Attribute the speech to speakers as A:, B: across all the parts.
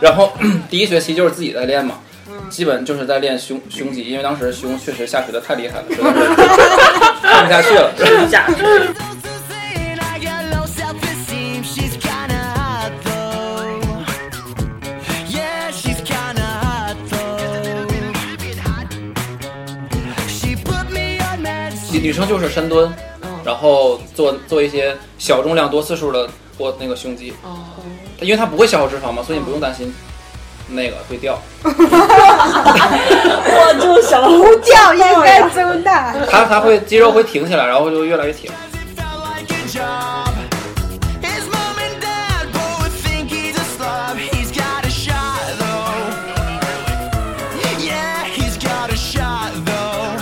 A: 然后 第一学期就是自己在练嘛，基本就是在练胸胸肌，因为当时胸确实下垂的太厉害了，实在是看不下去了。
B: 假的
C: Susan, I got low self-esteem. She's kinda hot though. Yeah, she's kinda hot though. She put me on meds.
A: 女女生就是深蹲，然后做做一些小重量多次数的或那个胸肌，它因为它不会消耗脂肪嘛，所以你不用担心那个会掉。
D: 我就想呼叫
E: 叫
D: 一
E: 应该
D: 个，
E: 增大。
A: 它它会肌肉会挺起来，然后就越来越挺。
C: It felt like a job. His mom and dad both think he's a slob. He's got a shot though. Yeah, he's got a shot though.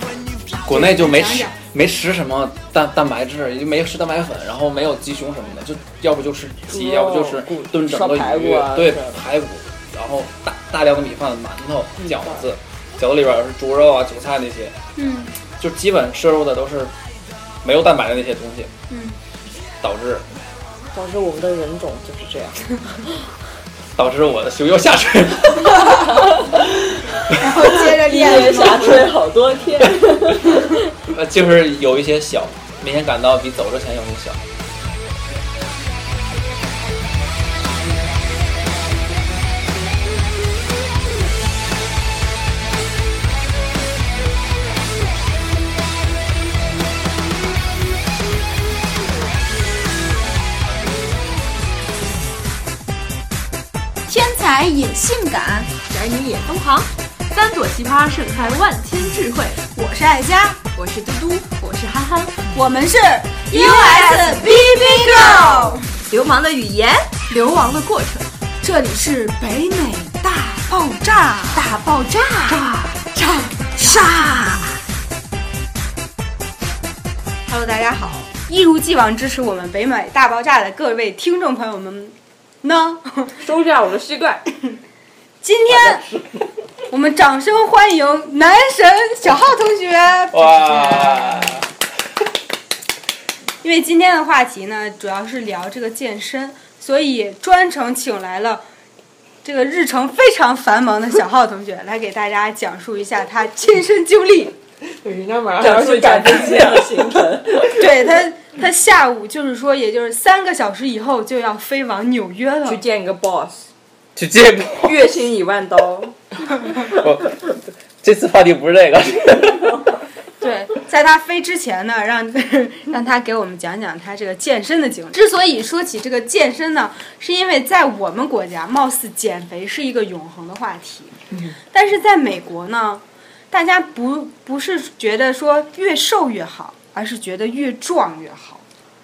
C: When you've got
A: 国内就没吃没吃什么蛋蛋白质，也就没吃蛋白粉，然后没有鸡胸什么的，就要不就吃鸡，
D: 猪
A: 要不就是
D: 骨
A: 炖整个
D: 烧排
A: 鱼
D: 骨啊，
A: 对
D: 这种
A: 排骨，然后大大量的米饭、馒头、
D: 嗯
A: 饺子，饺子里边是猪肉啊、韭菜那些，
E: 嗯
A: 就基本摄入的都是没有蛋白的那些东西，
E: 嗯，
A: 导致
D: 导致我们的人种就是这样。
A: 导致我的胸又下垂了。
E: 然后接着
D: 一
E: 练
D: 连
E: 是吗
D: 下垂好多天，
A: 呃，就是有一些小，明显感到比走之前有些小。
F: 天才也性感，
G: 宅女也疯狂，三朵奇葩盛开万千智慧。
E: 我是艾佳，
G: 我是嘟嘟，我是憨憨，
E: 我们是 US B B Girl，
G: 流氓的语言，流亡的过程，
E: 这里是北美大爆炸，大爆炸，炸炸炸。Hello，大家好，一如既往支持我们北美大爆炸的各位听众朋友们 呢，
D: 收一下我的膝盖。
E: 今天我们掌声欢迎男神小浩同学。
A: 哇！
E: 因为今天的话题呢，主要是聊这个健身，所以专程请来了这个日程非常繁忙的小浩同学，来给大家讲述一下他亲身经历。
D: 人家马上要去赶飞机的行程，
E: 对他，他下午就是说，也就是三个小时以后就要飞往纽约了
D: 去。见一个 boss，
A: 去借过
D: 月薪一万刀。
A: 我， 这次话题不是这个。
E: 对，在他飞之前呢，让 让他给我们讲讲他这个健身的经历。之所以说起这个健身呢，是因为在我们国家，貌似减肥是一个永恒的话题，但是在美国呢，大家不不是觉得说越瘦越好，而是觉得越壮越好，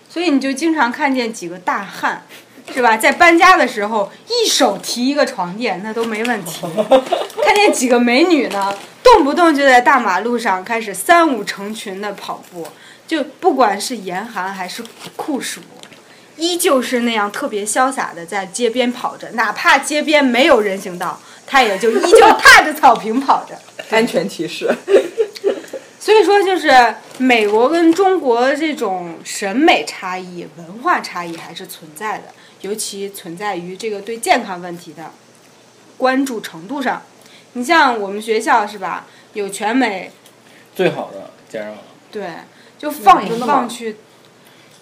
E: 所以你就经常看见几个大汉。是吧？在搬家的时候，一手提一个床垫，那都没问题。看见几个美女呢，动不动就在大马路上开始三五成群的跑步，就不管是严寒还是酷暑，依旧是那样特别潇洒的在街边跑着，哪怕街边没有人行道，他也就依旧踏着草坪跑着。
D: 安全提示，
E: 所以说，就是美国跟中国这种审美差异、文化差异还是存在的，尤其存在于这个对健康问题的关注程度上。你像我们学校是吧，有全美，
A: 最好的健身房
E: 对，就放眼
D: 真的吗
E: 望去，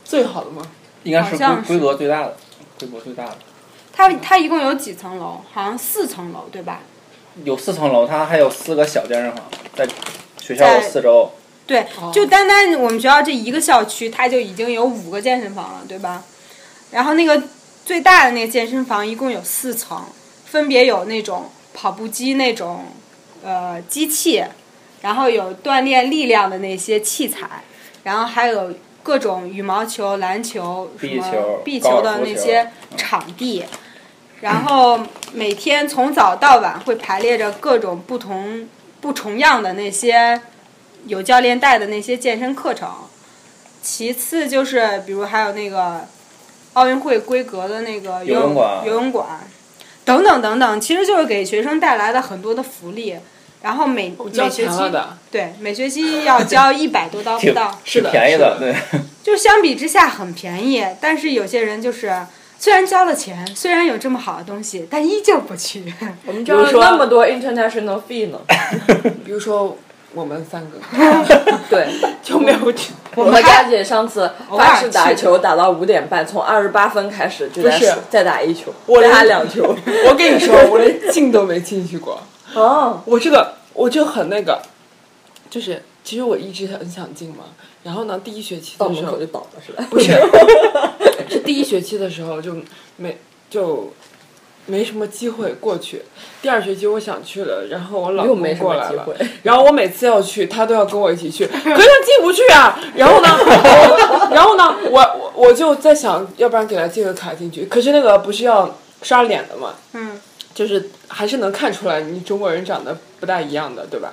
D: 最好的吗？
A: 应该是
E: 好像
A: 规规
E: 是
A: 格最大的，规模最大的。
E: 它它一共有几层楼？好像四层楼，对吧？
A: 有四层楼，它还有四个小健身房，在学校有四周。
E: 对，
A: 哦
E: 就单单我们学校这一个校区，它就已经有五个健身房了，对吧？然后那个最大的那个健身房一共有四层，分别有那种跑步机那种呃机器，然后有锻炼力量的那些器材，然后还有各种羽毛球、篮球、什
A: 壁
E: 么
A: 球
E: 壁
A: 高
E: 球
A: 尔
E: 的
A: 夫
E: 那
A: 球嗯
E: 些场地。然后每天从早到晚会排列着各种不同不重样的那些有教练带的那些健身课程。其次就是比如还有那个奥运会规格的那个
A: 游泳馆
E: 游泳馆等等等等，其实就是给学生带来了很多的福利。然后每
D: 哦
E: 每学期
D: 的，
E: 对每学期要 交一百多刀不
A: 挺
E: 到，
A: 挺
D: 的
A: 便宜
D: 是
A: 的，
D: 的
A: 对，
E: 就相比之下很便宜。但是有些人就是虽然交了钱，虽然有这么好的东西，但依旧不去。
D: 我们
B: 比
D: 交
B: 如
D: 了
B: 说
D: 那么多 international fee 呢，
B: 比如说我们三 个，
D: 对，
B: 就没有去。
D: 我和佳姐上次发誓打球打到五点半，从二十八分开始就在
B: 不是
D: 再打一球，
B: 我
D: 再打
B: 连
D: 两球。
B: 我跟你说，我连进都没进去过。
D: 哦，
B: 我这个我就很那个，就是其实我一直很想进嘛。然后呢，第一学期
D: 到
B: 的
D: 门
B: 时
D: 口
B: 候
D: 就倒了是吧？
B: 不是，是第一学期的时候就没就没什么机会过去。第二学期我想去了，然后我老
D: 又
B: 公
D: 没什
B: 过
D: 么
B: 来
D: 机
B: 了
D: 会，
B: 然后我每次要去，他都要跟我一起 去，可是他进不去啊。然后呢， 我然后呢，我我我就在想，要不然给他借个卡进去。可是那个不是要刷脸的嘛，
E: 嗯，
B: 就是还是能看出来你中国人长得不大一样的，对吧？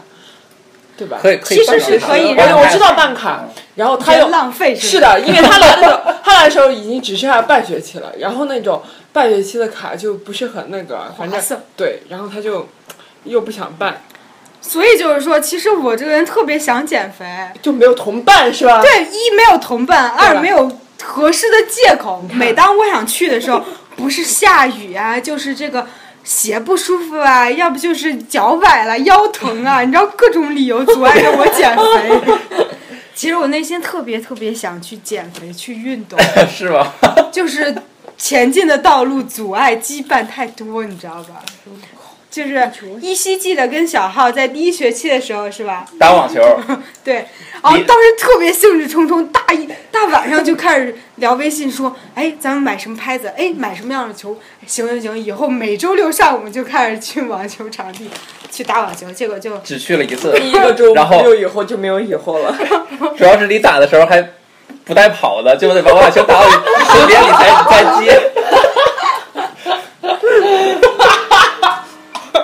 B: 对吧？
A: 可以可以
E: 其
A: 办
E: 实
A: 卡
E: 是
A: 的，
E: 可以
B: 我
E: 让
B: 我
E: 他
B: 知道办卡，然后他
E: 别
B: 又
E: 浪费
B: 是
E: 吧
B: 的，因为他来的时候， 他来的时候已经只剩下半学期了，然后那种半学期的卡就不是很那个，
E: 划
B: 反正
E: 算
B: 对，然后他就又不想办，
E: 所以就是说，其实我这个人特别想减肥，
B: 就没有同伴是吧？
E: 对，一没有同伴，
B: 啊吧
E: 二没有合适的借口。每当我想去的时候，不是下雨啊， 就是这个鞋不舒服啊，要不就是脚崴了、腰疼啊，你知道各种理由阻碍着我减肥。其实我内心特别特别想去减肥、去运动，
A: 是吧？
E: 就是前进的道路阻碍羁绊太多，你知道吧？就是依稀记得跟小浩在第一学期的时候，是吧？
A: 打网球，
E: 对，然后
A: 你
E: 当时特别兴致冲冲，大一大晚上就开始聊微信，说，哎，咱们买什么拍子？哎，买什么样的球？哎行行行，以后每周六上午就开始去网球场地去打网球，结果就
A: 只去了一次，
D: 第一个周
A: 然后
D: 六以后就没有以后了。
A: 主要是你打的时候还不带跑的，就得把网球打到你身边，你才再接。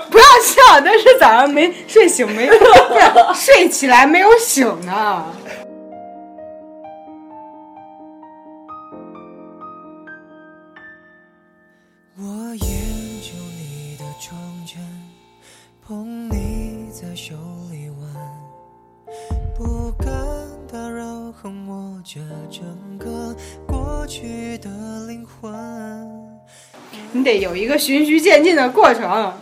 E: 不要笑，但是早上没睡醒，没 不是睡起来没有醒啊。
C: 我研究你的窗卷，捧你在手里玩，不敢打扰横我这整个过去的灵魂。
E: 你得有一个循序渐进的过程。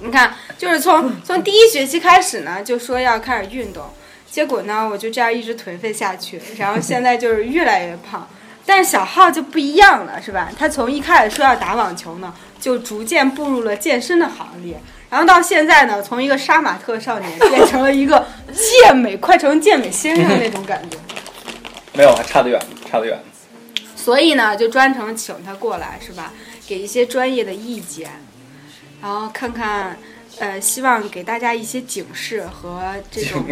E: 你看，就是从从第一学期开始呢，就说要开始运动，结果呢，我就这样一直颓废下去，然后现在就是越来越胖。但是小浩就不一样了，是吧？他从一开始说要打网球呢，就逐渐步入了健身的行列，然后到现在呢，从一个杀马特少年变成了一个健美，快成健美先生的那种感觉。
A: 没有，还差得远，差得远。
E: 所以呢，就专程请他过来，是吧？给一些专业的意见，然后看看，呃，希望给大家一些警示和这种，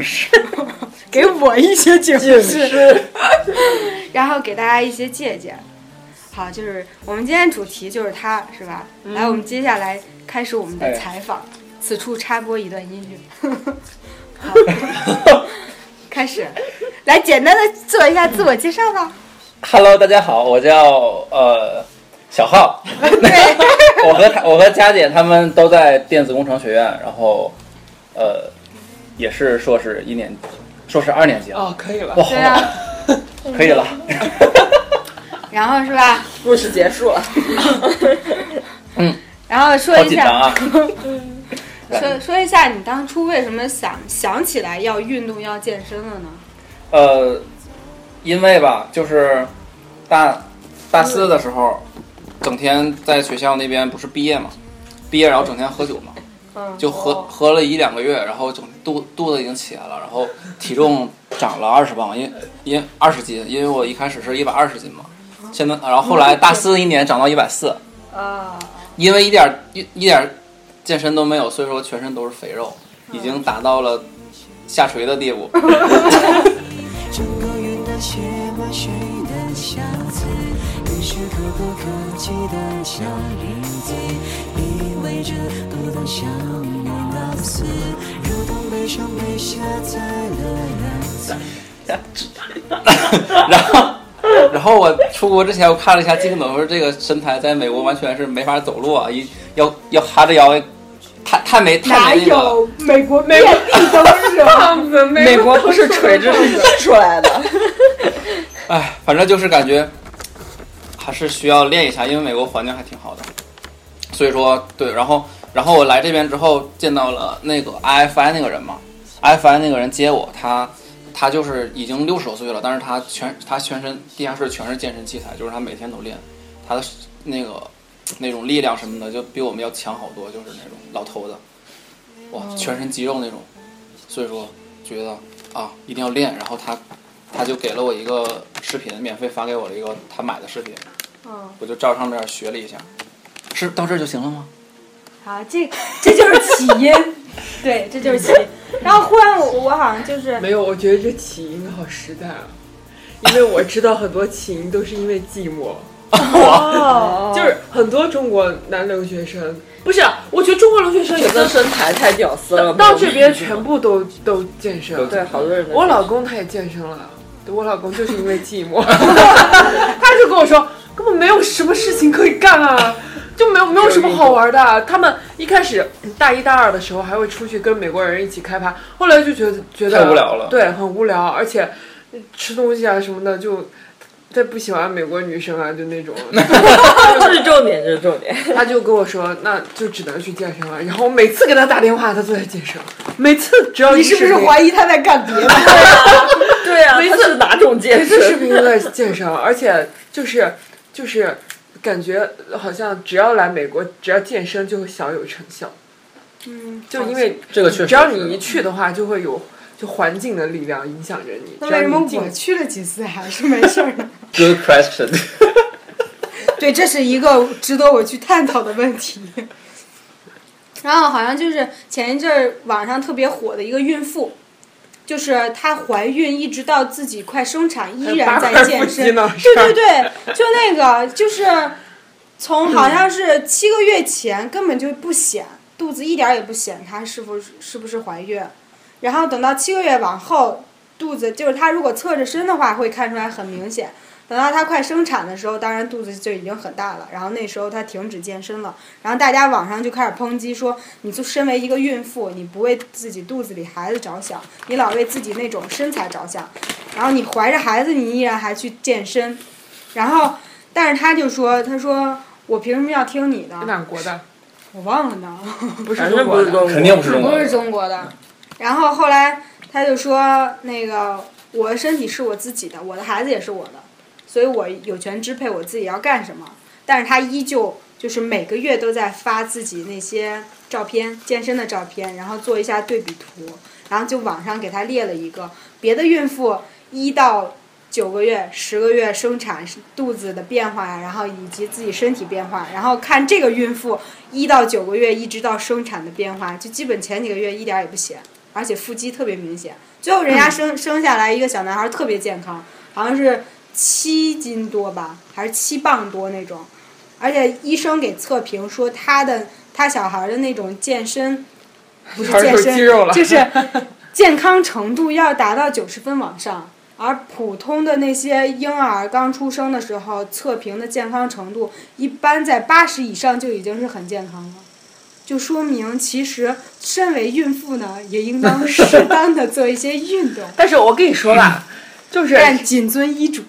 E: 给我一些警示， 然后给大家一些借鉴。好，就是我们今天主题就是他，是吧？来，我们接下来开始我们的
A: 哎
E: 采访。此处插播一段音 乐，好，开始，来简单的做一下自我介绍吧。
A: Hello，大家好，我叫呃小 浩， 我和他我和佳姐他们都在电子工程学院，然后呃也是硕士一年，硕士二年级了，
B: 哦，可以了
A: 哇，，好
E: 对
A: 老
E: 啊，
A: 可以 了。
E: 然后是吧？
D: 故事结束了，
E: 然后说
A: 好
E: 一
A: 紧张
E: 下，
A: 啊！
E: 说说一下你当初为什么想想起来要运动要健身了呢？
A: 呃，因为吧，就是大大四的时候，整天在学校那边不是毕业嘛，毕业然后整天喝酒嘛，就喝喝了一两个月，然后整肚肚子已经起来了，然后体重长了二十磅，因因二十斤，因为我一开始是一百二十斤嘛，现在然后后来大四一年长到一百四，
E: 啊，
A: 因为一点儿一一点儿健身都没有，所以说全身都是肥肉，已经达到了下垂的地步。
C: 穿过于那些满水的巷子，你是可不可及的小日子，意味着不能相恋到死，如同悲伤被下载了两次。
A: 然后，然后我出国之前，我看了一下基本我说这个身材在美国完全是没法走路啊，一要要哈着腰，太太没太没那个了。
E: 美国遍地都是胖子，
D: 美国不是垂直是溢出来的，
A: 哎，反正就是感觉还是需要练一下，因为美国环境还挺好的。所以说，对，然后然后我来这边之后见到了那个 IFI 那个人嘛，IFI 那个人接我，他他就是已经六十多岁了，但是他全他全身地下室全是健身器材，就是他每天都练，他的那个那种力量什么的就比我们要强好多，就是那种老头子，哇，全身肌肉那种，所以说觉得啊一定要练，然后他他就给了我一个视频，免费发给我了一个他买的视频，
E: 嗯
A: 我就照上面学了一下，是到这儿就行了吗？
E: 好，这这就是起因， 对，这就是起因。然后忽然我我好像就是
B: 没有，我觉得这起因好实在啊，因为我知道很多起因都是因为寂寞。
E: 哦，
B: 就是很多中国男留学生，不是啊，我觉得中国留学生有
D: 这
B: 的
D: 身材太屌丝 了，
B: 到这边全部都都健身。
D: 对好多人都。
B: 我老公他也健身了，对我老公就是因为寂 寞，他就跟我说根本没有什么事情可以干啊，就没有没有什么好玩的啊。他们一开始大一大二的时候还会出去跟美国人一起开趴，后来就觉得觉得
A: 太无聊了
B: 对，很无聊，而且吃东西啊什么的就。再不喜欢美国女生啊，就 那种，
D: 这是重点，这是重点。
B: 他就跟我说，那就只能去健身了。然后我每次给他打电话，他都在健身，每次只要
E: 你是不是怀疑他在干别的？
D: 对啊，他是哪种健
B: 每次视
D: 身？
B: 频都在健身，而且就是就是感觉好像只要来美国，只要健身就会小有成效。
E: 嗯，
B: 就因为
A: 这个确实
B: 只要你一去的话，就会有就环境的力量影响着你。
E: 那
B: 只要
E: 为什么
B: 你进
E: 我去了几次还是没事儿呢？
A: good question，
E: 对，这是一个值得我去探讨的问题。 然后好像就是前一阵儿网上特别火的一个孕妇，就是她怀孕一直到自己快生产依然在健身，
B: 八块腹肌呢
E: 对对对，就那个就是从好像是七个月前根本就不显肚子，一点儿也不显她是否是不是怀孕，然后等到七个月往后，肚子就是她如果侧着身的话会看出来很明显。等到她快生产的时候，当然肚子就已经很大了。然后那时候她停止健身了，然后大家网上就开始抨击说，你就身为一个孕妇，你不为自己肚子里孩子着想，你老为自己那种身材着想，然后你怀着孩子，你依然还去健身。然后，但是她就说，她说我凭什么要听你的？
B: 哪国的？
E: 我忘了呢。
B: 不是
D: 反
B: 中
D: 正
B: 国
D: 不是
B: 的。
D: 中
A: 肯
D: 国。
A: 定不是中国
E: 不是
A: 人。
E: 中国的。然后后来他就说，那个我的身体是我自己的，我的孩子也是我的，所以我有权支配我自己要干什么。但是他依旧就是每个月都在发自己那些照片，健身的照片，然后做一下对比图，然后就网上给他列了一个别的孕妇一到。九个月、十个月生产肚子的变化呀，然后以及自己身体变化，然后看这个孕妇一到九个月一直到生产的变化，就基本前几个月一点儿也不显，而且腹肌特别明显。最后人
B: 嗯
E: 家生、生下来一个小男孩特别健康，好像是七斤多吧，还是七磅多那种。而且医生给测评说他的他小孩的那种健身，不是
B: 还是
E: 健
B: 有
E: 身，
B: 肌肉了，
E: 就是健康程度要达到九十分往上。而普通的那些婴儿刚出生的时候，测评的健康程度一般在八十以上就已经是很健康了，就说明其实身为孕妇呢，也应当适当的做一些 运动
B: 但是我跟你说吧，就是
E: 但谨遵医嘱。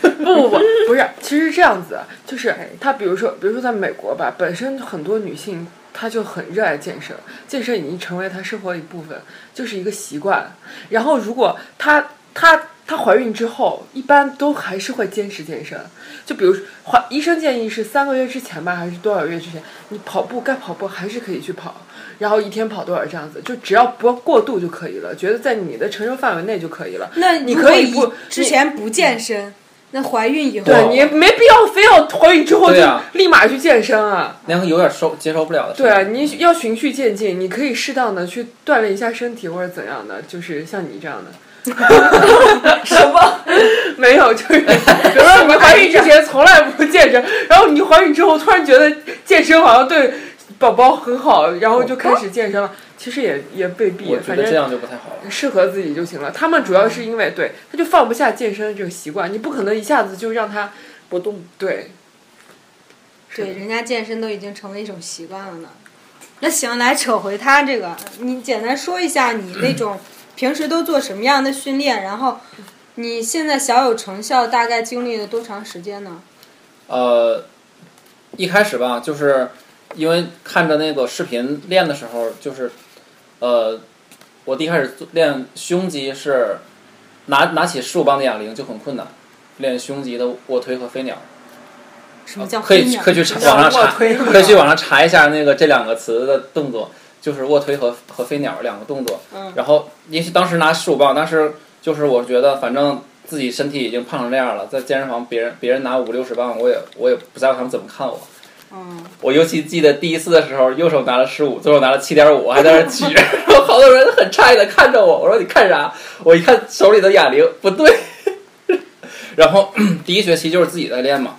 B: 不不不，不是，其实是这样子，就是他，比如说，比如说在美国吧，本身很多女性她就很热爱健身，健身已经成为她生活的一部分，就是一个习惯。然后如果她她她怀孕之后，一般都还是会坚持健身。就比如说怀，医生建议是三个月之前吧，还是多少月之前，你跑步该跑步还是可以去跑。然后一天跑多少这样子，就只要不要过度就可以了，觉得在你的承受范围内就可以了。
E: 那
B: 你
E: 如
B: 可
E: 果一
B: 以不
E: 之
B: 你
E: 前不健
A: 嗯
E: 身，那怀孕以后，
B: 对你没必要非要怀孕之后
A: 哦
B: 就
A: 对啊
B: 立马去健身啊。
A: 那个有点受接受不了的。
B: 对啊，你要循序渐进，你可以适当的去锻炼一下身体或者怎样的，就是像你 这样的。
D: 什么？
B: 没有， 就是比如说你怀孕之前从来不健身，然后你怀孕之后突然觉得健身好像对宝宝很好，然后就开始健身了。其实也也未必
A: 我，觉
B: 反
A: 得这
B: 正
A: 样就不太好了。
B: 适合自己就行了。他们主要是因为对，他就放不下健身这个习惯，你不可能一下子就让他
D: 不动。
B: 对。
E: 对人家健身都已经成为一种习惯了呢。那行，来扯回他这个，你简单说一下你那种平时都做什么样的训练，然后你现在小有成效，大概经历了多长时间呢？
A: 呃，一开始吧，就是因为看着那个视频练的时候，就是呃，我第一开始做练胸肌是拿拿起十五磅的哑铃就很困难，练胸肌的卧推和飞鸟。
E: 什么叫
A: 哦可以
E: 飞
A: 去
E: 鸟
A: 可以去查网上
B: 卧
A: 查，
B: 推
A: 可以去网上查一下那个这两个词的动作，就是卧推和和飞鸟两个动作。
E: 嗯
A: 然后也许当时拿十五磅，但是就是我觉得反正自己身体已经胖成这样了，在健身房别人别人拿五六十磅，我也我也不在乎他们怎么看我。
E: 嗯，
A: 我尤其记得第一次的时候，右手拿了十五，左手拿了七点五，还在那儿举， 然后好多人很诧异的看着我，我说你看啥？我一看手里的哑铃，不对。 然后第一学期就是自己在练嘛，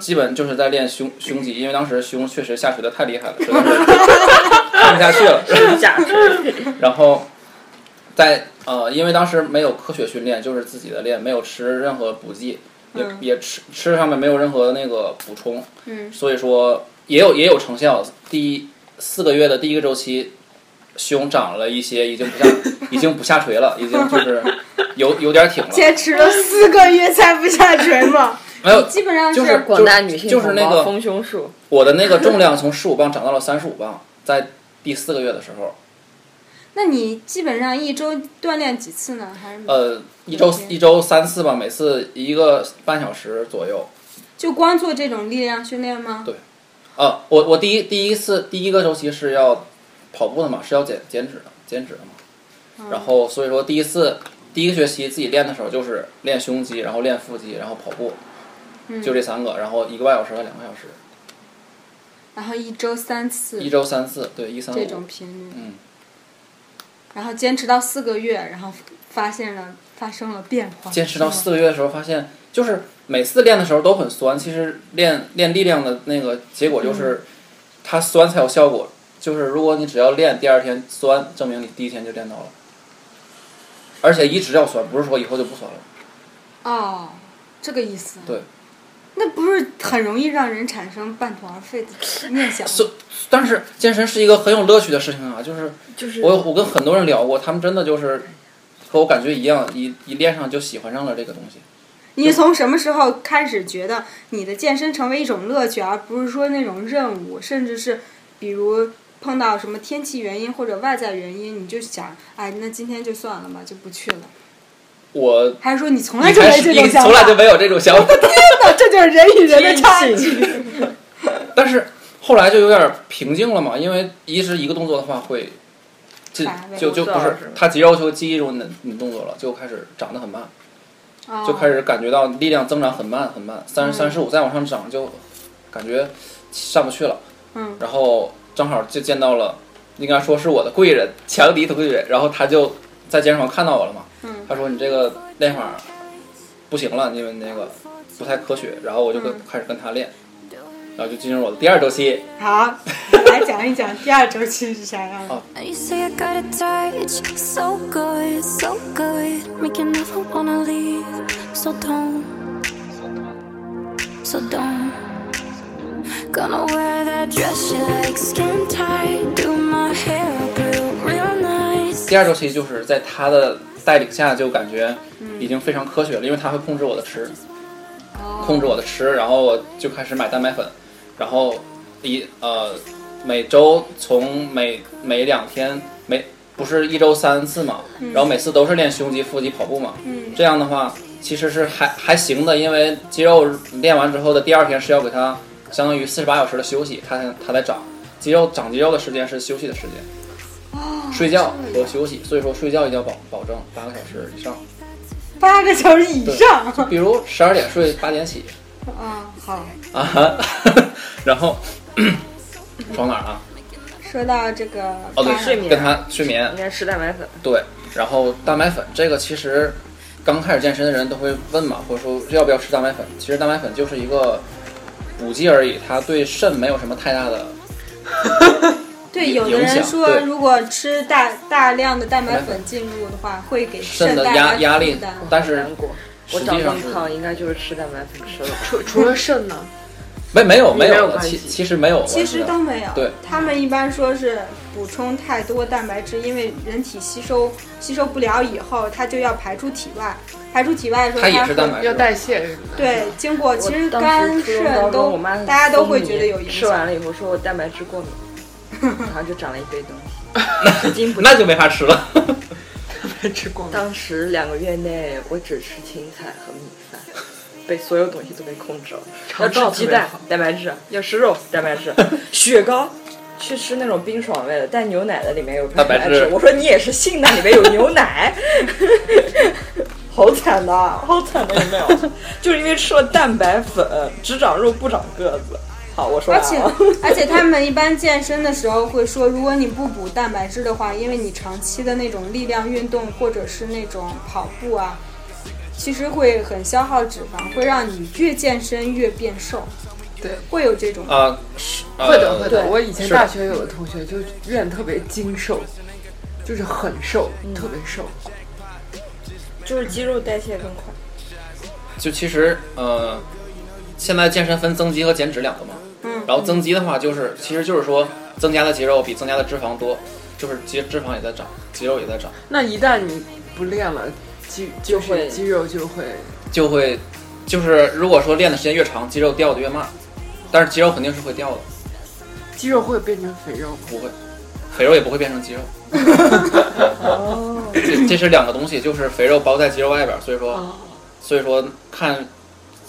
A: 基本就是在练胸胸肌，因为当时胸确实下垂的太厉害了，实在是看不下去了。
D: 假
A: 然后在呃，因为当时没有科学训练，就是自己的练，没有吃任何补剂，也、
E: 嗯
A: 也吃吃上面没有任何那个补充，
E: 嗯
A: 所以说也有也有成效。第一四个月的第一个周期，胸长了一些，已经不下已经不下垂了，已经就是有有点挺了，
E: 坚持了四个月才不下垂嘛，
A: 没有。
E: 基本上
A: 就是
D: 广大女性
A: 就是
D: 同
A: 那
D: 胞
A: 个
D: 丰胸术，
A: 我的那个重量从十五磅涨到了三十五磅，在第四个月的时候，
E: 那你基本上一周锻炼几次呢？还是
A: 呃，一周
E: 嗯
A: 一周三次吧，每次一个半小时左右。
E: 就光做这种力量训练吗？
A: 啊，我我第一第一次第一个周期是要跑步的嘛，是要减减脂的，减脂的嘛。
E: 嗯
A: 然后所以说第一次第一个学期自己练的时候就是练胸肌，然后练腹肌，然后跑步，
E: 嗯，
A: 就这三个，然后一个半小时和两个小时，
E: 然后一周三次
A: 一周三次，对，一三
E: 这
A: 五
E: 种。频率，
A: 嗯，
E: 然后坚持到四个月，然后发现了发生了变化。
A: 坚持到
E: 是吗啊
A: 四个月的时候，发现就是每次练的时候都很酸，其实练练力量的那个结果就是
E: 嗯
A: 它酸才有效果，就是如果你只要练第二天酸，证明你第一天就练到了，而且一直要酸，不是说以后就不酸了。
E: 哦，这个意思。啊
A: 对。
E: 那不是很容易让人产生半途而废的念想吗？
A: 所但是健身是一个很有乐趣的事情啊，就是
D: 就是
A: 我我跟很多人聊过，他们真的就是和我感觉一样，一一练上就喜欢上了这个东西。
E: 你从什么时候开始觉得你的健身成为一种乐趣，而不是说那种任务，甚至是比如碰到什么天气原因或者外在原因，你就想，哎，那今天就算了吧，就不去了？
A: 我
E: 还是说你从来
A: 一
E: 就
A: 开
E: 没
A: 始
E: 这
A: 一
E: 种想法？
A: 从来就没有这种想法，
E: 这就是人与人的差
D: 天
E: 距。
A: 但是后来就有点平静了嘛，因为一直一个动作的话会，就
E: 乏味
A: 就就不
D: 枯燥
A: 是
D: 是吧
A: 它肌肉就会记忆住你的你的动作了，就开始长得很慢，就开
E: 始
A: 始感觉到力量增长很慢很慢，
E: 嗯
A: 三三十五再往上涨就感觉上不去了。
E: 嗯，
A: 然后正好就见到了，应该说是我的贵人强敌的贵人，然后他就在健身房看到我了嘛，
E: 嗯
A: 他说你这个练法不行了，因为那个不太科学，然后我就跟、
E: 嗯
A: 开始跟他练，然后就进入我的第二周期，
E: 好，来讲一讲第二周期是啥 样的
A: 哦？
F: You say I got a touch so good, so good. Make you never wanna leave. So don't, so don't. Gonna wear that dress you like, skin tight. Do my hair up real, real nice.
A: 第二周期就是在他的带领下，就感觉已经非常科学了，因为他会控制我的吃，控制我的吃，然后我就开始买蛋白粉，然后一呃每周从每每两天每不是一周三次嘛，然后每次都是练胸肌、腹肌、跑步嘛，这样的话其实是还还行的，因为肌肉练完之后的第二天是要给它相当于四十八小时的休息，它才它才长。肌肉长肌肉的时间是休息的时间，睡觉和休息，所以说睡觉一定要保保证八个小时以上，
E: 八个小时以上。
A: 比如十二点睡，八点起
E: 啊，好。
A: 啊， 哈然 后说到哪儿啊？
E: 说到这个
A: 哦，对，
E: 八
D: 睡眠
A: 跟他睡眠
D: 应，该吃蛋白粉，
A: 对，然后蛋白粉这个其实刚开始健身的人都会问嘛，或者说要不要吃蛋白粉？其实蛋白粉就是一个补剂而已，它对肾没有什么太大的
E: 对，
A: 影
E: 有的人
A: 响
E: 说
A: 对
E: 如果吃大大量的蛋白
A: 蛋白
E: 粉进入的话，会给
A: 肾的
E: 带
A: 压
E: 来
A: 压
E: 负
A: 力
E: 担，
A: 但是
D: 难过。我
A: 实
D: 长
A: 际
D: 这
A: 上
D: 么
A: 是
D: 胖，应该就是吃蛋白粉吃的。
B: 除除了肾 呢？
A: 没没有没
D: 没有
A: 有，
D: 关系
A: 其其实没有关系
E: 其
A: 的，
E: 实都没有。
A: 对
E: 他们一般说是补充太多蛋白质，因为人体吸收吸收不了以后，它就要排出体外，排出体外的时候，
A: 它也是蛋
E: 会
A: 白
B: 要
A: 质。
B: 代谢什么的。
E: 对，经过其实
D: 我当
E: 肝
D: 时初中高
E: 肾
D: 中
E: 都
D: 我妈很
E: 大家都会
D: 风靡
E: 觉得有影
D: 吃
E: 响。
D: 完了以后说我蛋白质过敏，然后就长了一堆东西。至今不
A: 那就没法吃了。
B: 对，吃光了。
D: 当时两个月内我只吃青菜和米 饭，被所有东西都被控制了。要
B: 肠
D: 吃
B: 道特
D: 鸡
B: 别
D: 蛋
B: 好，
D: 蛋白质；要吃肉，蛋白 质；雪糕。去吃那种冰爽味的，带牛奶的，里面有蛋白
A: 蛋白质
D: 我说你也是信的，里面有牛 奶，好惨的，好惨的，有没 有？就是因为吃了蛋白粉，只长肉不长个子。好，我说
E: 而
D: 完
E: 且
D: 了。
E: 而且他们一般健身的时候会说，如果你不补蛋白质的话，因为你长期的那种力量运动或者是那种跑步啊，其实会很消耗脂肪，会让你越健身越变瘦。
B: 对，
E: 会有这种。
A: 啊，是呃
B: 会的，会的。
D: 对
B: 我以前
A: 是的
B: 大学有个同学就练得特别精瘦，就是很瘦，特别瘦。
D: 就是肌肉代谢更快。
A: 就其实呃，现在健身分增肌和减脂两个嘛。
E: 嗯
A: 然后增肌的话，就是其实就是说增加的肌肉比增加的脂肪多，就是肌脂肪也在长，肌肉也在长，
B: 那一旦你不练了，肌就
D: 就会
B: 是肌肉就会
A: 就会就是如果说练的时间越长，肌肉掉的越慢，但是肌肉肯定是会掉的，
B: 肌肉会变成肥肉。
A: 不会，肥肉也不会变成肌肉。
B: 哦
A: 这这是两个东西，就是肥肉包在肌肉外边儿，所以说
B: 哦
A: 所以说看，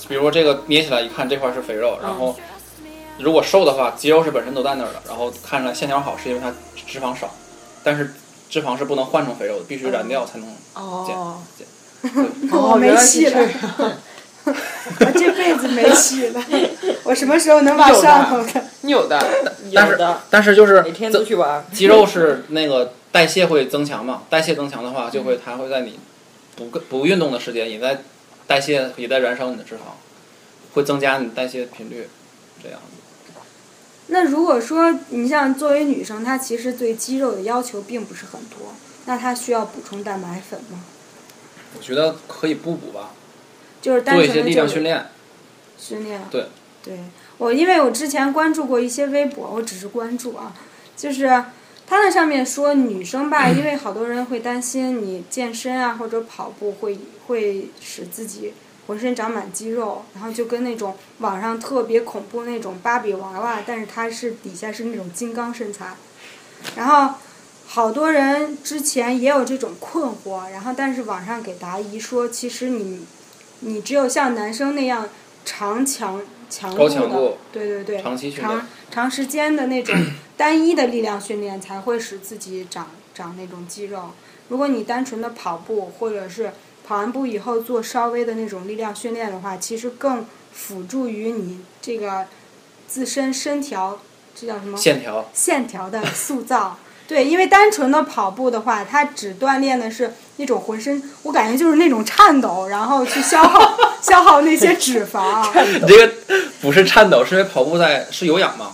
A: 比如说这个捏起来一看这块是肥肉，然后如果瘦的话，肌肉是本身都在那儿的，然后看着线条好是因为它脂肪少，但是脂肪是不能换成肥肉的，必须燃掉才能。
B: 哦
E: 我
B: 哦，
E: 没
B: 原来是
E: 戏
B: 这
E: 了，
B: 样。
E: 我这辈子没戏了。我什么时候能往上头看？
B: 你有的，
A: 但
D: 有
A: 是
D: 的，
A: 但是就是
D: 每天
A: 增
D: 都去玩。
A: 肌肉是那个代谢会增强嘛，代谢增强的话，就会它会在你不跟不运动的时间也在代谢也在燃烧你的脂肪，会增加你代谢频率，这样子。
E: 那如果说你像作为女生，她其实对肌肉的要求并不是很多，那她需要补充蛋白粉吗？
A: 我觉得可以不补吧，
E: 就是单
A: 做一
E: 纯
A: 些
E: 的
A: 力
E: 这
A: 量
E: 种
A: 训练，
E: 训练。
A: 对
E: 对，我因为我之前关注过一些微博，我只是关注啊，就是他那上面说女生吧，
A: 嗯
E: 因为好多人会担心你健身啊或者跑步会会使自己浑身长满肌肉，然后就跟那种网上特别恐怖那种芭比娃娃，但是它是底下是那种金刚身材，然后。好多人之前也有这种困惑，然后但是网上给答疑说，其实你，你只有像男生那样长强强度
A: 高
E: 的，
A: 强度
E: 对对对，
A: 长期训练
E: 长。长时间 的那种单一的力量训练才会使自己长长那种肌肉。如果你单纯的跑步，或者是跑完步以后做稍微的那种力量训练的话，其实更辅助于你这个自身身条，这叫什么？
A: 线条。
E: 线条的塑造。 对，因为单纯的跑步的话，它只锻炼的是那种浑身，我感觉就是那种颤抖，然后去消耗 消耗那些 脂肪。啊
A: 你这个不是颤抖，是因为跑步在是有氧嘛？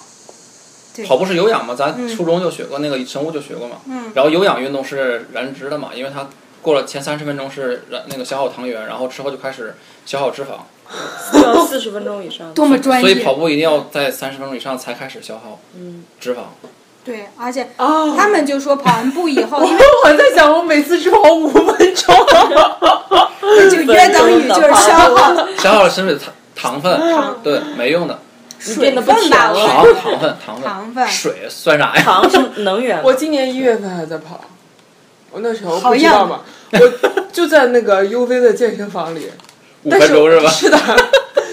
E: 对
A: 跑步是有氧嘛？咱
E: 嗯
A: 初中就学过那个神武就学过嘛。
E: 嗯
A: 然后有氧运动是燃脂的嘛，因为它过了前三十分钟是燃那个消耗糖原，然后之后就开始消耗脂肪，
D: 要 四十分钟以上。
E: 多么专
A: 所以跑
E: 业。
A: 步一定要在三十分钟以上才开始消耗脂肪。
E: 对，而且
B: 哦，
E: 他们就说跑完步以后， 因为
B: 我在想，我每次只跑五分钟，
E: 那就约等于就是消耗
A: 消耗了身体的糖糖分，对，没用的
D: 你
E: 水
D: 变得不
E: 分吧，
D: 甜
E: 我
D: 了
A: 糖糖分糖分
E: 糖分
A: 水算啥 呀？
D: 糖是能源吗。
B: 我今年一月份还在跑，我那时候
E: 好
B: 不知道
E: 样
B: 嘛，我就在那个 UV 的健身房里，
A: 五
B: 但
A: 分
B: 是
A: 钟是吧？
B: 是的，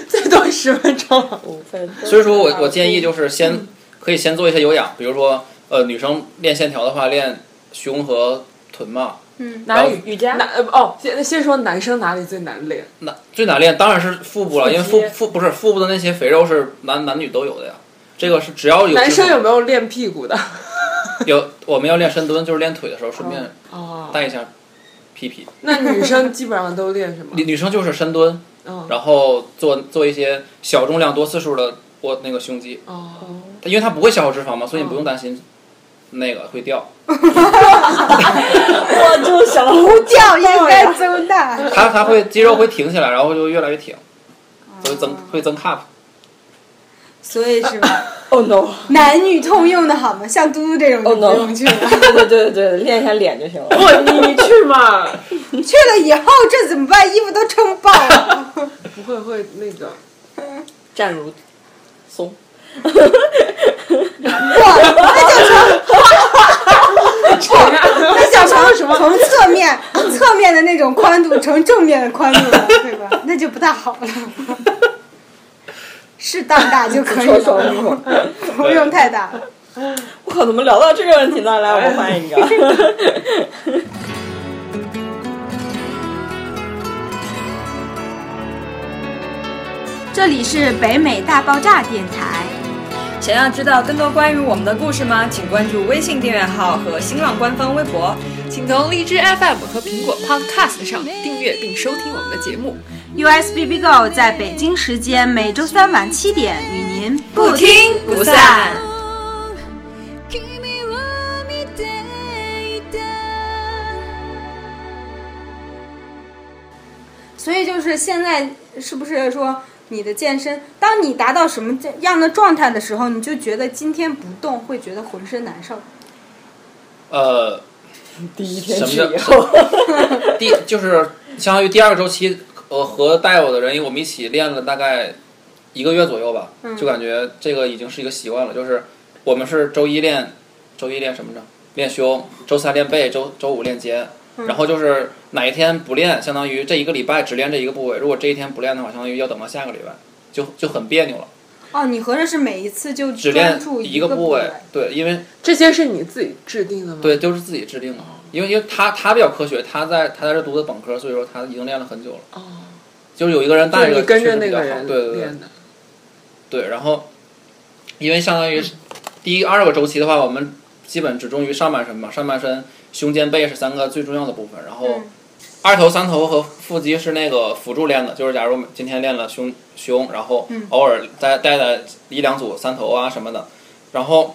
B: 最多十分钟。
D: 五分 钟
A: 所以说我我建议就是先可以先做一些有氧，比如说呃女生练线条的话，练胸和臀嘛。
E: 嗯，
A: 然后
D: 瑜伽
B: 男呃哦，先先说男生哪里最难练？
A: 那最难练当然是腹部了，因为
D: 腹肌
A: 腹腹不是腹部的那些肥肉是男男女都有的呀。这个是只要有
B: 男生
A: 脂肪
B: 有没有练屁股的？
A: 有我们要练深蹲，就是练腿的时候顺便
B: 哦，
A: 带一下屁屁。
B: 那女生基本上都练什么
A: 女？女生就是深蹲，
B: 嗯，
A: 然后做做一些小重量多次数的我那个胸肌，
B: 哦，
A: 因为它不会消耗脂肪嘛，所以你不用担心那个会掉。
E: 哦
D: 我就想
E: 不掉应该增大。
A: 它它哦会肌肉会挺起来，然后就越来越挺，所以增会增 cup。
E: 所以是吧？
D: Oh no！
E: 男女通用的好吗？像嘟嘟这种就
D: Oh,
E: 不
D: no.
E: 用去了，
D: 对对对对，练一下脸就行了。
B: 我哦你你去嘛，
E: 你去了以后这怎么办？衣服都撑爆了。
B: 不会会那个，
D: 站如 松，
E: 哇，那叫成，哇，那叫成什么？从侧面侧面的那种宽度成正面的宽度了，对吧？那就不大好了。适当大就可以
D: 说说
E: 了，不用太大了。
D: 我靠，怎么聊到这个问题呢？来，我们换 一个。
E: 这里是北美大爆炸电台，
H: 想要知道更多关于我们的故事吗？请关注微信订阅号和新浪官方微博。
G: 请从荔枝 FM 和苹果 Podcast 上订阅并收听我们的节目。
E: USBB Go 在北京时间每周三晚七点与您
H: 不听不散。
F: 君を見ていた
E: 所以就是现在是不是说你的健身，当你达到什么样的状态的时候，你就觉得今天不动会觉得浑身难受。
A: 呃，
D: 第一天
A: 什
D: 去
A: 么叫
D: 以后，
A: 第就是相当于第二个周期，呃，和带我的人我们一起练了大概一个月左右吧，就感觉这个已经是一个习惯了。就是我们是周一练，周一练什么呢？练胸，周三练背，周周五练肩。然后就是哪一天不练，相当于这一个礼拜只练这一个部位。如果这一天不练的话，相当于要等到下个礼拜，就就很别扭了。
E: 哦，你合着是每一次就
A: 只
E: 专
A: 练
E: 注
A: 一
E: 个
A: 个部
E: 位
A: 位，，对，因为
B: 这些是你自己制定的吗？
A: 对，都是自己制定的，因为因为他他比较科学，他在他在这读的本科，所以说他已经练了很久了。
B: 哦，
A: 就是有一个人
B: 就
A: 带
B: 是
A: 着
B: 你跟
A: 确
B: 着
A: 实
B: 那
A: 比较
B: 个
A: 好，
B: 人
A: 对对对
B: 练的。
A: 对。然后，因为相当于是第一二个周期的话，我们基本只重于上半身嘛，上半身胸肩背是三个最重要的部分，然后
E: 嗯
A: 二头三头和腹肌是那个辅助练的，就是假如我们今天练了胸胸，然后
E: 嗯
A: 偶尔再带带一两组三头啊什么的，然后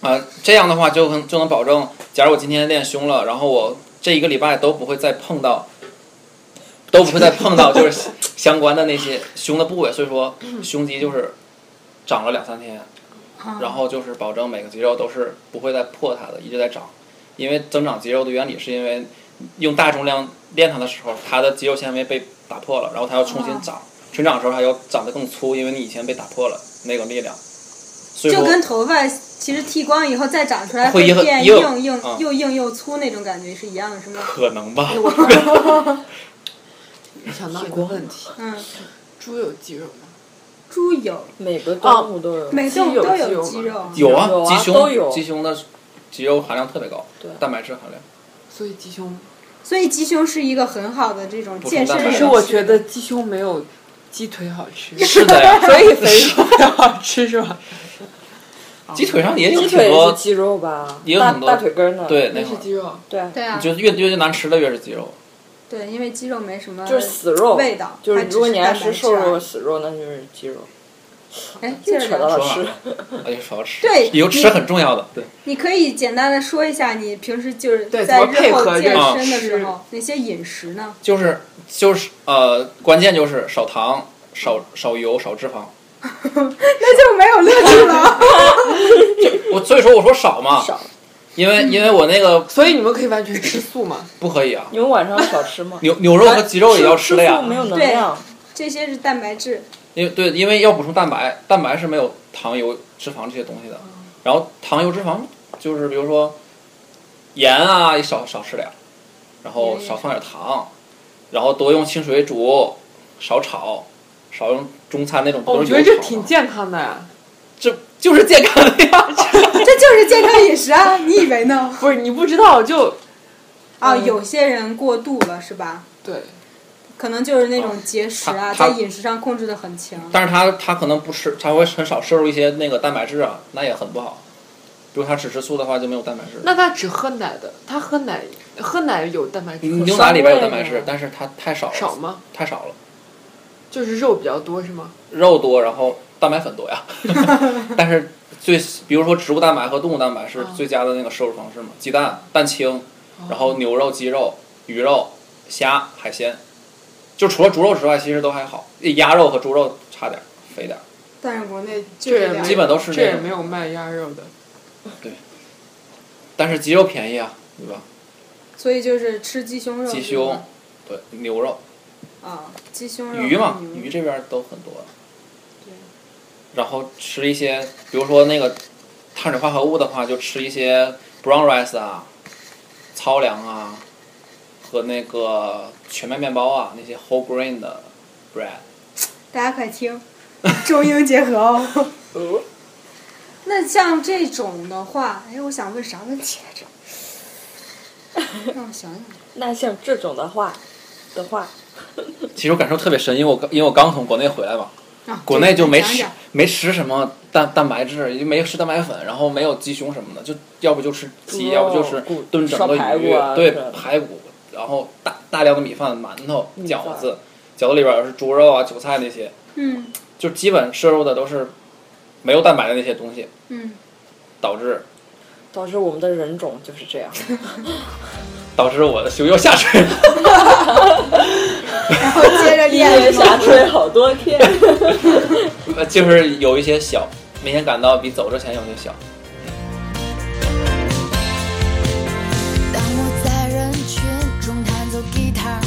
A: 啊、这样的话就能就能保证，假如我今天练胸了，然后我这一个礼拜都不会再碰到，都不会再碰到就是相关的那些胸的部位，所以说胸肌就是长了两三天，然后就是保证每个肌肉都是不会再破它的，一直在长，因为增长肌肉的原理是因为用大重量练它的时候，它的肌肉纤维被打破了，然后它要重新长，成长的时候它要长得更粗，因为你以前被打破了那个力量，所以
E: 就
A: 说
E: 跟头发其实剃光以后再长出来
A: 会硬
E: 变
A: 硬
E: 硬硬
A: 嗯
E: 又硬又粗那种感觉是一样的，是吗？
A: 可能吧。
B: 我想到一个问题，
E: 嗯，
B: 猪有肌肉吗？
E: 猪有，
D: 每个动物都有。
E: 每
B: 鸡
E: 动
B: 有
E: 都
B: 鸡
E: 有
B: 有
E: 肌
B: 吗
E: 肉，
A: 有啊
D: 有，啊
A: 鸡
D: 都有
A: 胸鸡胸的肌肉含量特别高，
D: 对
A: 蛋白质含量。
B: 所以鸡胸，
E: 所以鸡胸是一个很好的这种
A: 充
E: 健身
A: 蛋白
E: 人士。
B: 可
A: 质
B: 是我觉得鸡胸没有鸡腿好吃，
A: 是的 呀，
B: 所以肥肉好吃是吧？
A: 啊鸡腿上也有
D: 鸡
A: 挺
D: 腿是
A: 多，
D: 鸡肉吧？
A: 也有
D: 大
A: 很多
D: 大腿根儿呢？
A: 对那
B: 那是
A: 会儿，
B: 鸡肉，
D: 对，
E: 对啊
A: 你，就越越难吃的越是鸡肉，
E: 对，因为鸡肉没什么，
D: 就是死肉
E: 味道
D: 就是如果你爱
E: 它
D: 吃
E: 只是
D: 瘦
E: 蛋白质啊
D: 肉死肉，那就是鸡肉。
E: 哎，接
D: 又
E: 着
D: 扯到
E: 聊。
D: 了
A: 说哪儿
D: 吃
A: 了，哎呀，说到吃，
E: 对
A: 以后吃很重要的，对，
E: 你可以简单的说一下你平时就是
B: 对
E: 在
B: 怎么
E: 日
B: 配合
E: 后
B: 着
E: 健身的
B: 吃
E: 时候那些饮食呢？
A: 就是就是呃，关键就是少糖、少少油、少脂肪。
E: 那就没有乐趣了。
A: 我所以说我说少嘛，
D: 少
A: 因
B: 嗯
A: 为因为我那个
B: 所以你们可以完全吃素吗？
A: 不可以啊，
D: 你们晚上少吃 吗？
A: 牛牛
B: 哎
A: 肉和鸡肉也要
D: 吃
A: 吃的呀
D: 素，没有能
E: 对
D: 量。
E: 这些是蛋白质，
A: 因为对，因为要补充蛋白，蛋白是没有糖、油、脂肪这些东西
B: 嗯
A: 的。然后糖、油、脂肪就是比如说盐啊，也少少吃点儿，然后少放点糖，然后多用清水煮，少炒，少用中餐那种
B: 哦
A: 都
B: 我
A: 是
B: 觉
A: 油
B: 得
A: 炒
B: 这
A: 的
B: 挺健康的呀。
A: 这就是健康的呀。
E: 这就是健康饮食啊！你以为呢？
B: 不是你不知道就
E: 啊，
B: 嗯
E: 有些人过度了是吧？
B: 对，
E: 可能就是那种节食啊，
A: 啊他
E: 在
A: 他
E: 饮食上控制的很强。
A: 但是他他可能不吃，他会很少摄入一些那个蛋白质啊，那也很不好。如果他只吃素的话，就没有蛋白质。
B: 那他只喝奶的，他喝奶喝奶有蛋白质
A: 牛
B: 很
A: 奶里边有蛋白
D: 伤胃
A: 质
D: 呢，
A: 但是它太少了，
B: 少吗？
A: 太少了。
B: 就是肉比较多是吗？
A: 肉多，然后蛋白粉多呀。 但是最，比如说植物蛋白和动物蛋白
B: 嗯
A: 是最佳的那个摄入方式嘛，鸡蛋、蛋清，
B: 哦
A: 然后牛肉、鸡肉、鱼肉、虾、海鲜，就除了猪肉之外，其实都还好。鸭肉和猪肉差点儿，肥点儿。
E: 但是国内就
B: 这
E: 这
B: 也没
E: 两
A: 基本都是
B: 哎这也
A: 那种
B: 没有卖鸭肉的。
A: 但是鸡肉便宜啊，对吧？
E: 所以就是吃鸡胸肉，
A: 鸡胸，对，牛肉、
E: 啊，鸡胸肉
A: 鱼嘛，
E: 牛
A: 鱼这边都很多。然后吃一些，比如说那个碳水化合物的话，就吃一些 brown rice 啊、糙粮啊和那个全麦面包啊那些 whole grain 的 bread。
E: 大家快听， 中英结 合哦。
D: 哦，
E: 那像这种的话，哎，我想问啥问题来着？让我想想，
D: 那像这种的话，的话，
A: 其实我感受特别深，因为我刚因为我刚从国内回来嘛，
E: 啊，
A: 国内就没
E: 讲
A: 吃
E: 讲
A: 没吃什么蛋蛋白质，也没吃蛋白粉，然后没有鸡胸什么的，就要不就吃鸡，
D: 猪肉
A: 要不就是
D: 哦骨
A: 炖整
D: 烧
A: 个鱼，
D: 排骨啊
A: 对
D: 是吧
A: 排骨，然后大大量的米饭、馒头、
D: 米饭
A: 饺子，饺子里边儿是猪肉啊、韭菜那些，
E: 嗯
A: 就基本摄入的都是没有蛋白的那些东西，
E: 嗯，
A: 导致
D: 导致我们的人种就是这样。
A: 导致我的胸又下垂了。
E: 然后接着
D: 一
E: 练
D: 夜
E: 是吗
D: 下垂好多天，
A: 呃就是有一些小，明显感到比走之前有些小。
F: 当我在人群中弹奏吉他，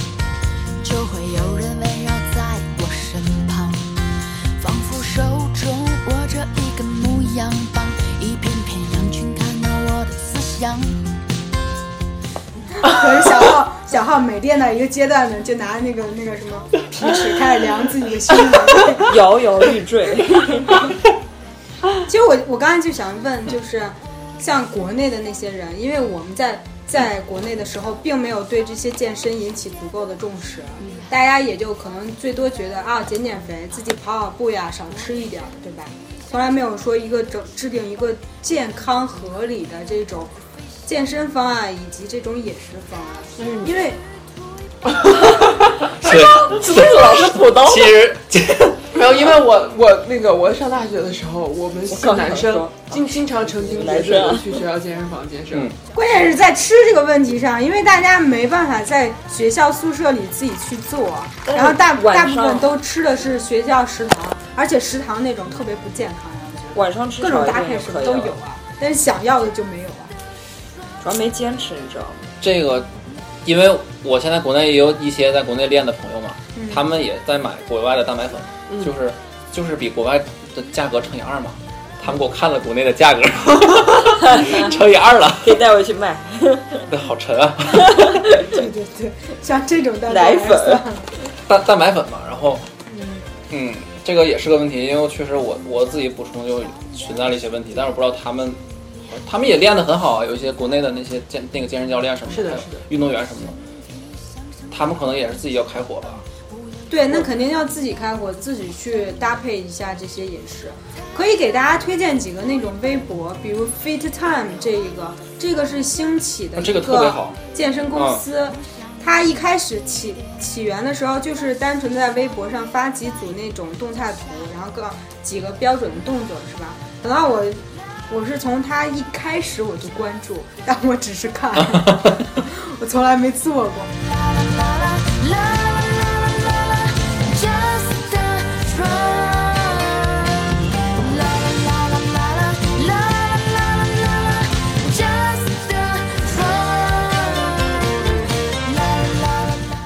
F: 就会有人围绕在我身旁，仿佛手中握着一根牧羊棒，一片片羊群看到我的思想。
E: 可是小浩，小浩每练到一个阶段呢，就拿那个那个什么皮尺开始量自己的胸围。
D: 摇摇欲坠。
E: 其实我我刚才就想问，就是像国内的那些人，因为我们在在国内的时候，并没有对这些健身引起足够的重视，大家也就可能最多觉得啊减减肥，自己跑跑步呀，少吃一点儿，对吧？从来没有说一个整制定一个健康合理的这种健身方案以及这种饮食方案，因为
A: 对，
D: 哎怎么老是土豆？
A: 其实
B: 没有，因为我我那个我上大学的时候，我们系
D: 刚
B: 男
D: 想
B: 生
D: 说
B: 经经常成群
D: 来这
B: 结队
D: 啊
B: 的去学校健身房健身
A: 嗯。
E: 关键是在吃这个问题上，因为大家没办法在学校宿舍里自己去做，
D: 但是
E: 然后大
D: 晚
E: 大
D: 上
E: 部分都吃的是学校食堂，而且食堂那种特别不健康，我觉得
D: 晚上吃
E: 各种
D: 炒一
E: 搭
D: 顿
E: 配
D: 就
E: 什
D: 可
E: 么
D: 以
E: 都
D: 了
E: 有，啊，但是想要的就没有啊。
D: 主要没坚持，你知道吗？
A: 这个，因为我现在国内也有一些在国内练的朋友嘛，
B: 嗯
A: 他们也在买国外的蛋白粉，就是就是比国外的价格乘以二嘛。他们给我看了国内的价 格，乘以二了，
D: 可以带回去卖。
A: 那好沉啊！
E: 对对对，像这种蛋
D: 奶粉
A: 蛋蛋白粉嘛，然后，嗯，这个也是个问题，因为确实我我自己补充就存在了一些问题，但是我不知道他们，他们也练得很好啊，有一些国内的那些健那个健身教练什么
B: 是的
A: 还有
B: 是的
A: 运动员什么的，他们可能也是自己要开火吧，
E: 对，那肯定要自己开火，自己去搭配一下这些饮食。可以给大家推荐几个那种微博，比如 Fit Time 这一个，这个是兴起的
A: 啊
E: 一
A: 这个特别好啊
E: 健身公司。它一开始起起源的时候，就是单纯在微博上发几组那种动态图，然后各几个标准的动作，是吧？等到我，我是从它一开始我就关注，但我只是看， 我从来没做过。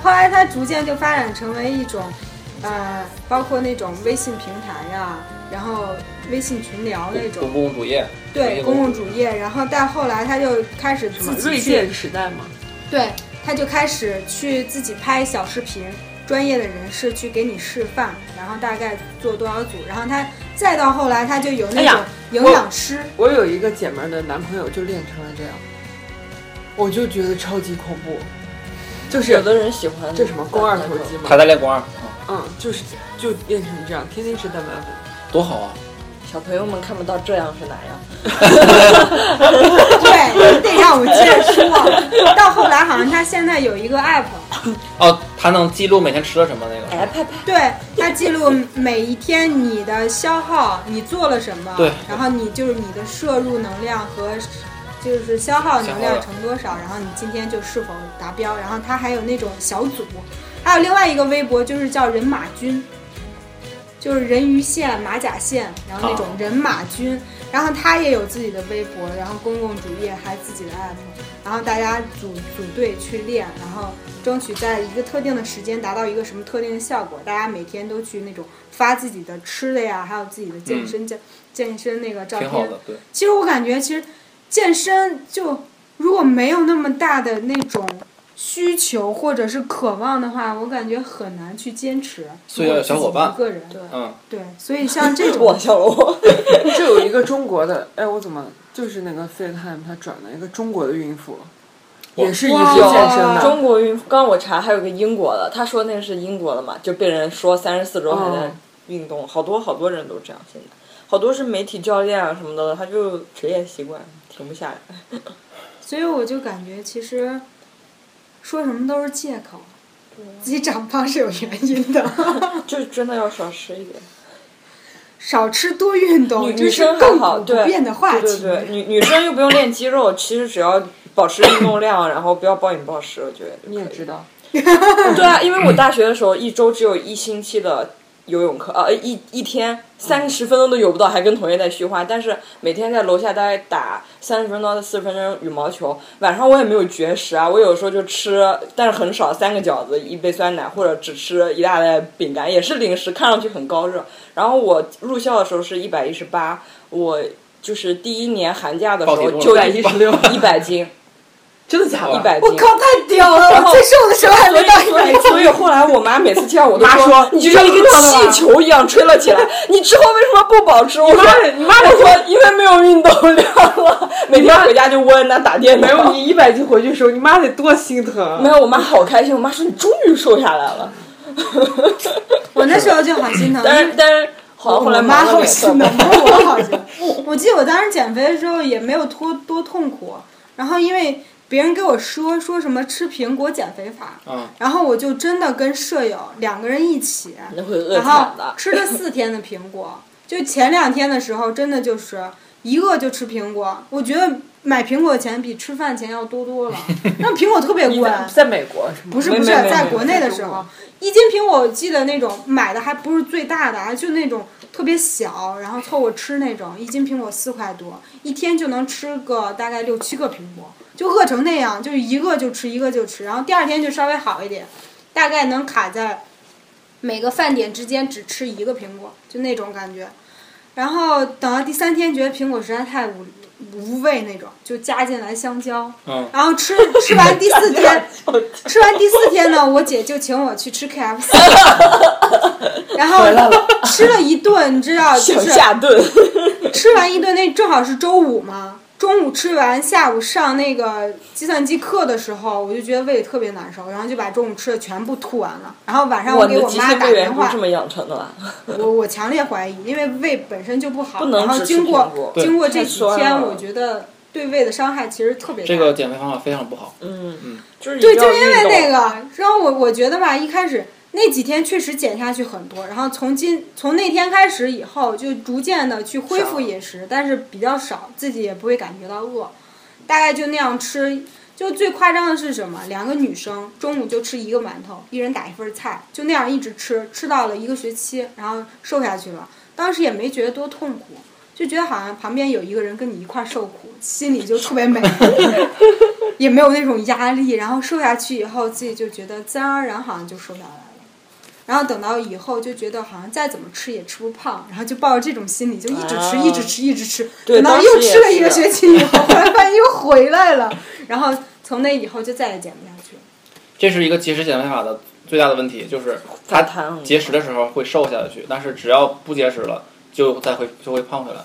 E: 后来它逐渐就发展成为一种，呃，包括那种微信平台呀、然后微信群聊那
A: 公
E: 种，
A: 共主业，
E: 对
A: 公
E: 公
A: 共
E: 共
A: 主
E: 主页。然后但后来它就开始
B: 什么
E: 自己
B: 锐
E: 去，
B: 健时代嘛，
E: 对，它就开始去自己拍小视频，专业的人士去给你示范，然后大概做多少组，然后它再到后来它就有
B: 哎
E: 那
B: 呀
E: 种营
B: 我
E: 养师，
B: 我有一个姐们儿的男朋友就练成了这样，我就觉得超级恐怖，就是
D: 有的人喜欢
B: 这什么肱二头肌
A: 还
B: 嘛，
A: 在练肱二，
B: 嗯，就是就练成这样，天天吃蛋白粉。
A: 多好啊！
D: 小朋友们看不到这样是哪样。
E: 对，你得让我接着说。到后来好像它现在有一个 app，
A: 哦，他能记录每天吃了什么那个，
D: 哎，拍拍，
E: 对，它记录每一天你的消耗，你做了什么，
A: 对
E: 然后你就是你的摄入能量和就是消耗能量乘多少，然后你今天就是否达标，然后它还有那种小组，还有另外一个微博就是叫人马军，就是人鱼线、马甲线，然后那种
A: 啊
E: 人马军，然后他也有自己的微博，然后公共主义还自己的 app，然后大家组组队去练，然后争取在一个特定的时间达到一个什么特定的效果。大家每天都去那种发自己的吃的呀，还有自己的健身健、健身那个照
A: 嗯挺
E: 片，
A: 好的，对，
E: 其实我感觉，其实健身就如果没有那么大的那种需求或者是渴望的话，我感觉很难去坚持。
A: 所以要有小伙伴
E: 一个人，
A: 嗯，
E: 对，所以像这种
D: 我笑了我。
B: 这有一个中国的，哎，我怎么就是那个 Fit Time 他转了一个中国的孕妇，
A: 我
B: 也是一直健身的，
D: 中国孕妇，刚刚我查还有个英国的，他说那是英国的嘛，就被人说三十四周还在运动，好多好多人都这样，现在好多是媒体教练啊什么的，他就职业习惯停不下来。
E: 所以我就感觉，其实说什么都是借口。
D: 啊
E: 自己长胖是有原因的，
D: 就是真的要少吃一点。
E: 少吃多运动，
D: 女
E: 这
D: 女
E: 是
D: 生还
E: 亘
D: 好，
E: 古不
D: 对，
E: 变的话题。
D: 对对对，女女生又不用练肌肉，其实只要保持运动量，然后不要暴饮暴食，我觉得
B: 你也知道，
D: 对啊，因为我大学的时候一周只有一星期的游泳课，呃，一一天三十分钟都游不到，还跟同学在虚话。但是每天在楼下大概打三十分钟到四十分钟羽毛球，晚上我也没有绝食啊，我有时候就吃，但是很少，三个饺子，一杯酸奶，或者只吃一大袋饼干，也是零食，看上去很高热。然后我入校的时候是一百一十八，我就是第一年寒假的时
A: 报
D: 候
A: 体重
D: 就
A: 了
D: 一一百斤，
B: 真的假
D: 一
B: 的？
D: 百斤。
E: 我靠，太屌了！我最瘦的时 候还没到一
D: 所
E: 百
D: 以，所以后来我妈每次见我都
B: 妈说
D: 你就像一个气球一样吹了起来。 你之后为什么不保持？我说，
B: 你妈
D: 我说因为没有运动量了，每天回家就窝在那打电
B: 没有
D: 脑。
B: 你一百斤回去的时候，你妈得多心疼啊
D: 没。有，我妈好开心。我妈说你终于瘦下来了。
E: 我那时候就好心疼，
D: 但是但是，好像后来
E: 我妈
D: 的
E: 好
D: 脸色
E: 心疼，不是我好心 疼。我记得我当时减肥的时候也没有多多痛苦，然后因为别人跟我说说什么吃苹果减肥法，
D: 哦
A: 嗯，
E: 然后我就真的跟舍友两个人一起，
D: 那会饿
E: 然
D: 惨
E: 后
D: 的。
E: 吃了四天的苹果，就前两天的时候真的就是一饿就吃苹果，我觉得买苹果的钱比吃饭钱要多多了，那苹果特 别贵。
B: 在美国是吗？
E: 不是
D: 没
E: 不是，
D: 没没
E: 在
D: 没
E: 国内的时候，一斤苹果我记得那种买的还不是最大的啊，就那种特别小，然后凑合吃那种，一斤苹果四块多，一天就能吃个大概六七个苹果，就饿成那样，就是一个就吃一个就吃，然后第二天就稍微好一点，大概能卡在每个饭点之间只吃一个苹果，就那种感觉。然后等到第三天，觉得苹果实在太无无味那种，就加进来香蕉，
A: 嗯
E: 然后吃吃完第四 天，吃完第四天呢，我姐就请我去吃 KFC，然后吃了一顿，你知道，就
D: 想
E: 是
D: 下顿，
E: 吃完一顿，那正好是周五嘛。中午吃完，下午上那个计算机课的时候，我就觉得胃里特别难受，然后就把中午吃的全部吐完了。然后晚上我
D: 我
E: 给
D: 的
E: 我
D: 极
E: 妈
D: 限
E: 打
D: 队
E: 电
D: 员不
E: 话
D: 是这，么养成的啦。
E: 我我强烈怀疑，因为胃本身就不好，
D: 不能
E: 然后
D: 只
E: 经
D: 吃
E: 过
D: 苹果对
E: 经过这
D: 太
E: 几
D: 酸
E: 天，
D: 了
E: 我觉得对胃的伤害其实特别大。
A: 这个减肥方法非常不好，
D: 嗯，就是
E: 对，
D: 一定
E: 就是
D: 要
E: 因为
D: 运动
E: 那个，然后我我觉得吧，一开始那几天确实减下去很多，然后从今从那天开始以后，就逐渐的去恢复饮食，但是比较少，自己也不会感觉到饿，大概就那样吃。就最夸张的是什么？两个女生中午就吃一个馒头，一人打一份菜，就那样一直吃，吃到了一个学期，然后瘦下去了。当时也没觉得多痛苦，就觉得好像旁边有一个人跟你一块儿受苦，心里就特 别美。也没有那种压力，然后瘦下去以后，自己就觉得自然而然好像就瘦下来了。然后等到以后就觉得好像再怎么吃也吃不胖，然后就抱着这种心理就一直吃，
D: 啊
E: 一直吃，一直吃，
D: 对
E: 等到
D: 当时
E: 又吃了
D: 也
E: 一个
D: 是
E: 学期以 后，后来发现又回来了，然后从那以后就再也减不下去了。
A: 这是一个节食减肥法的最大的问题，就是它
D: 反弹
A: 节食的时候会瘦下去，但是只要不节食了，就再会就会胖回来，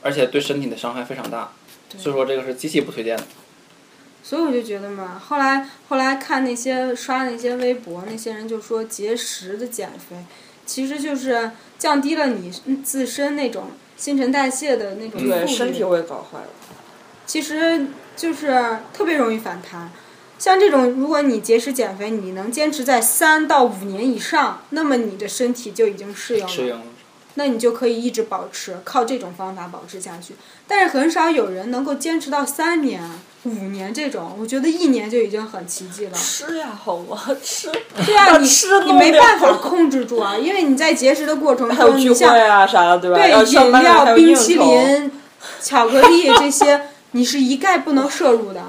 A: 而且对身体的伤害非常大，所以说这个是极其不推荐的。
E: 所以我就觉得嘛，后来后来看那些刷那些微博，那些人就说节食的减肥，其实就是降低了你自身那种新陈代谢的那种
D: 对
E: 速率
D: 身体会搞坏了。
E: 其实就是特别容易反弹。像这种，如果你节食减肥，你能坚持在三到五年以上，那么你的身体就已经适应
A: 适
E: 了，
A: 应了
E: 那你就可以一直保持，靠这种方法保持下去。但是很少有人能够坚持到三年啊，五年这种，我觉得一年就已经很奇迹了。
D: 吃呀，好吗？ 吃，
E: 对啊，你
D: 吃都
E: 你没办法
D: 了
E: 控制住啊，因为你在节食的过程
D: 还有
E: 中，
D: 聚
E: 你
D: 会
E: 像
D: 啊啥的，对吧？要
E: 对
D: 上
E: 饮
D: 班了还
E: 料、
D: 有
E: 冰
D: 应
E: 淇
D: 酬，
E: 淋、巧克力这些，你是一概不能摄入的。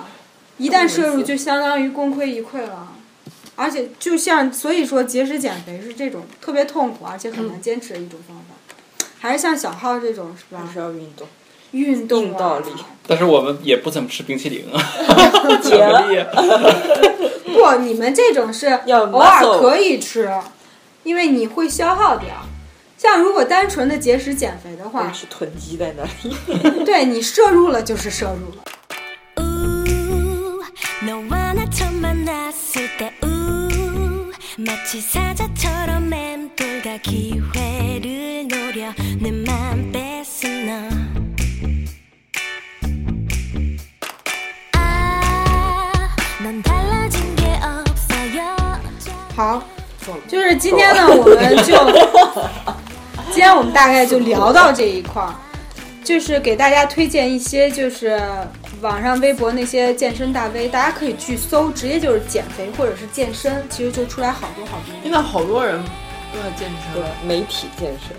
E: 一旦摄入，就相当于功亏一篑了。而且，就像所以说，节食减肥是这种特别痛苦，而且很难坚持的一种方法。还是像小浩这种是吧
D: 还？是要运动。
E: 运动、啊、
D: 硬道理
A: 但是我们也不怎么吃冰淇淋啊，巧
D: 姐
A: 克力啊。
E: 不，你们这种是
D: 要
E: 偶尔
D: muscle
E: 可以吃，因为你会消耗掉。像如果单纯的节食减肥的
D: 我
E: 话
D: 们，是囤积在那里。
E: 对你摄入了就是摄入了。
F: 우, 너와 나 처음 만났을 때 우, 마치 사자처럼 맴돌다 기회를 노려 내 맘 뺏은 너 아, 넌 달라진 게 없어요
E: 好，就是今天呢，我们就 今天我们大概就聊到这一块儿，就是给大家推荐一些就是网上微博那些健身大 V，大家可以去搜，直接就是减肥或者是健身，其实就出来好多好多。
B: 现在好多人都在健身
D: 对，，媒体健身，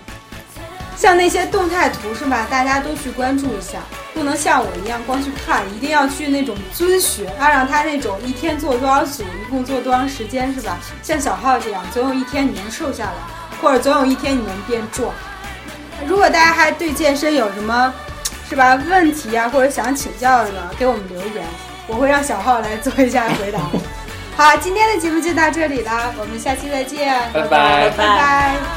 E: 像那些动态图是吧？大家都去关注一下，不能像我一样光去看，一定要去那种遵循，按照他那种一天做多少组，一共做多长时间是吧？像小浩这样，总有一天你能瘦下来，或者总有一天你能变壮。如果大家还对健身有什么是吧问题啊，或者想请教的呢，给我们留言，我会让小浩来做一下 回答。好，今天的节目就到这里啦，我们下期再见，
A: 拜拜
E: 拜拜。拜拜
F: 네네 어, Oh, 뭐.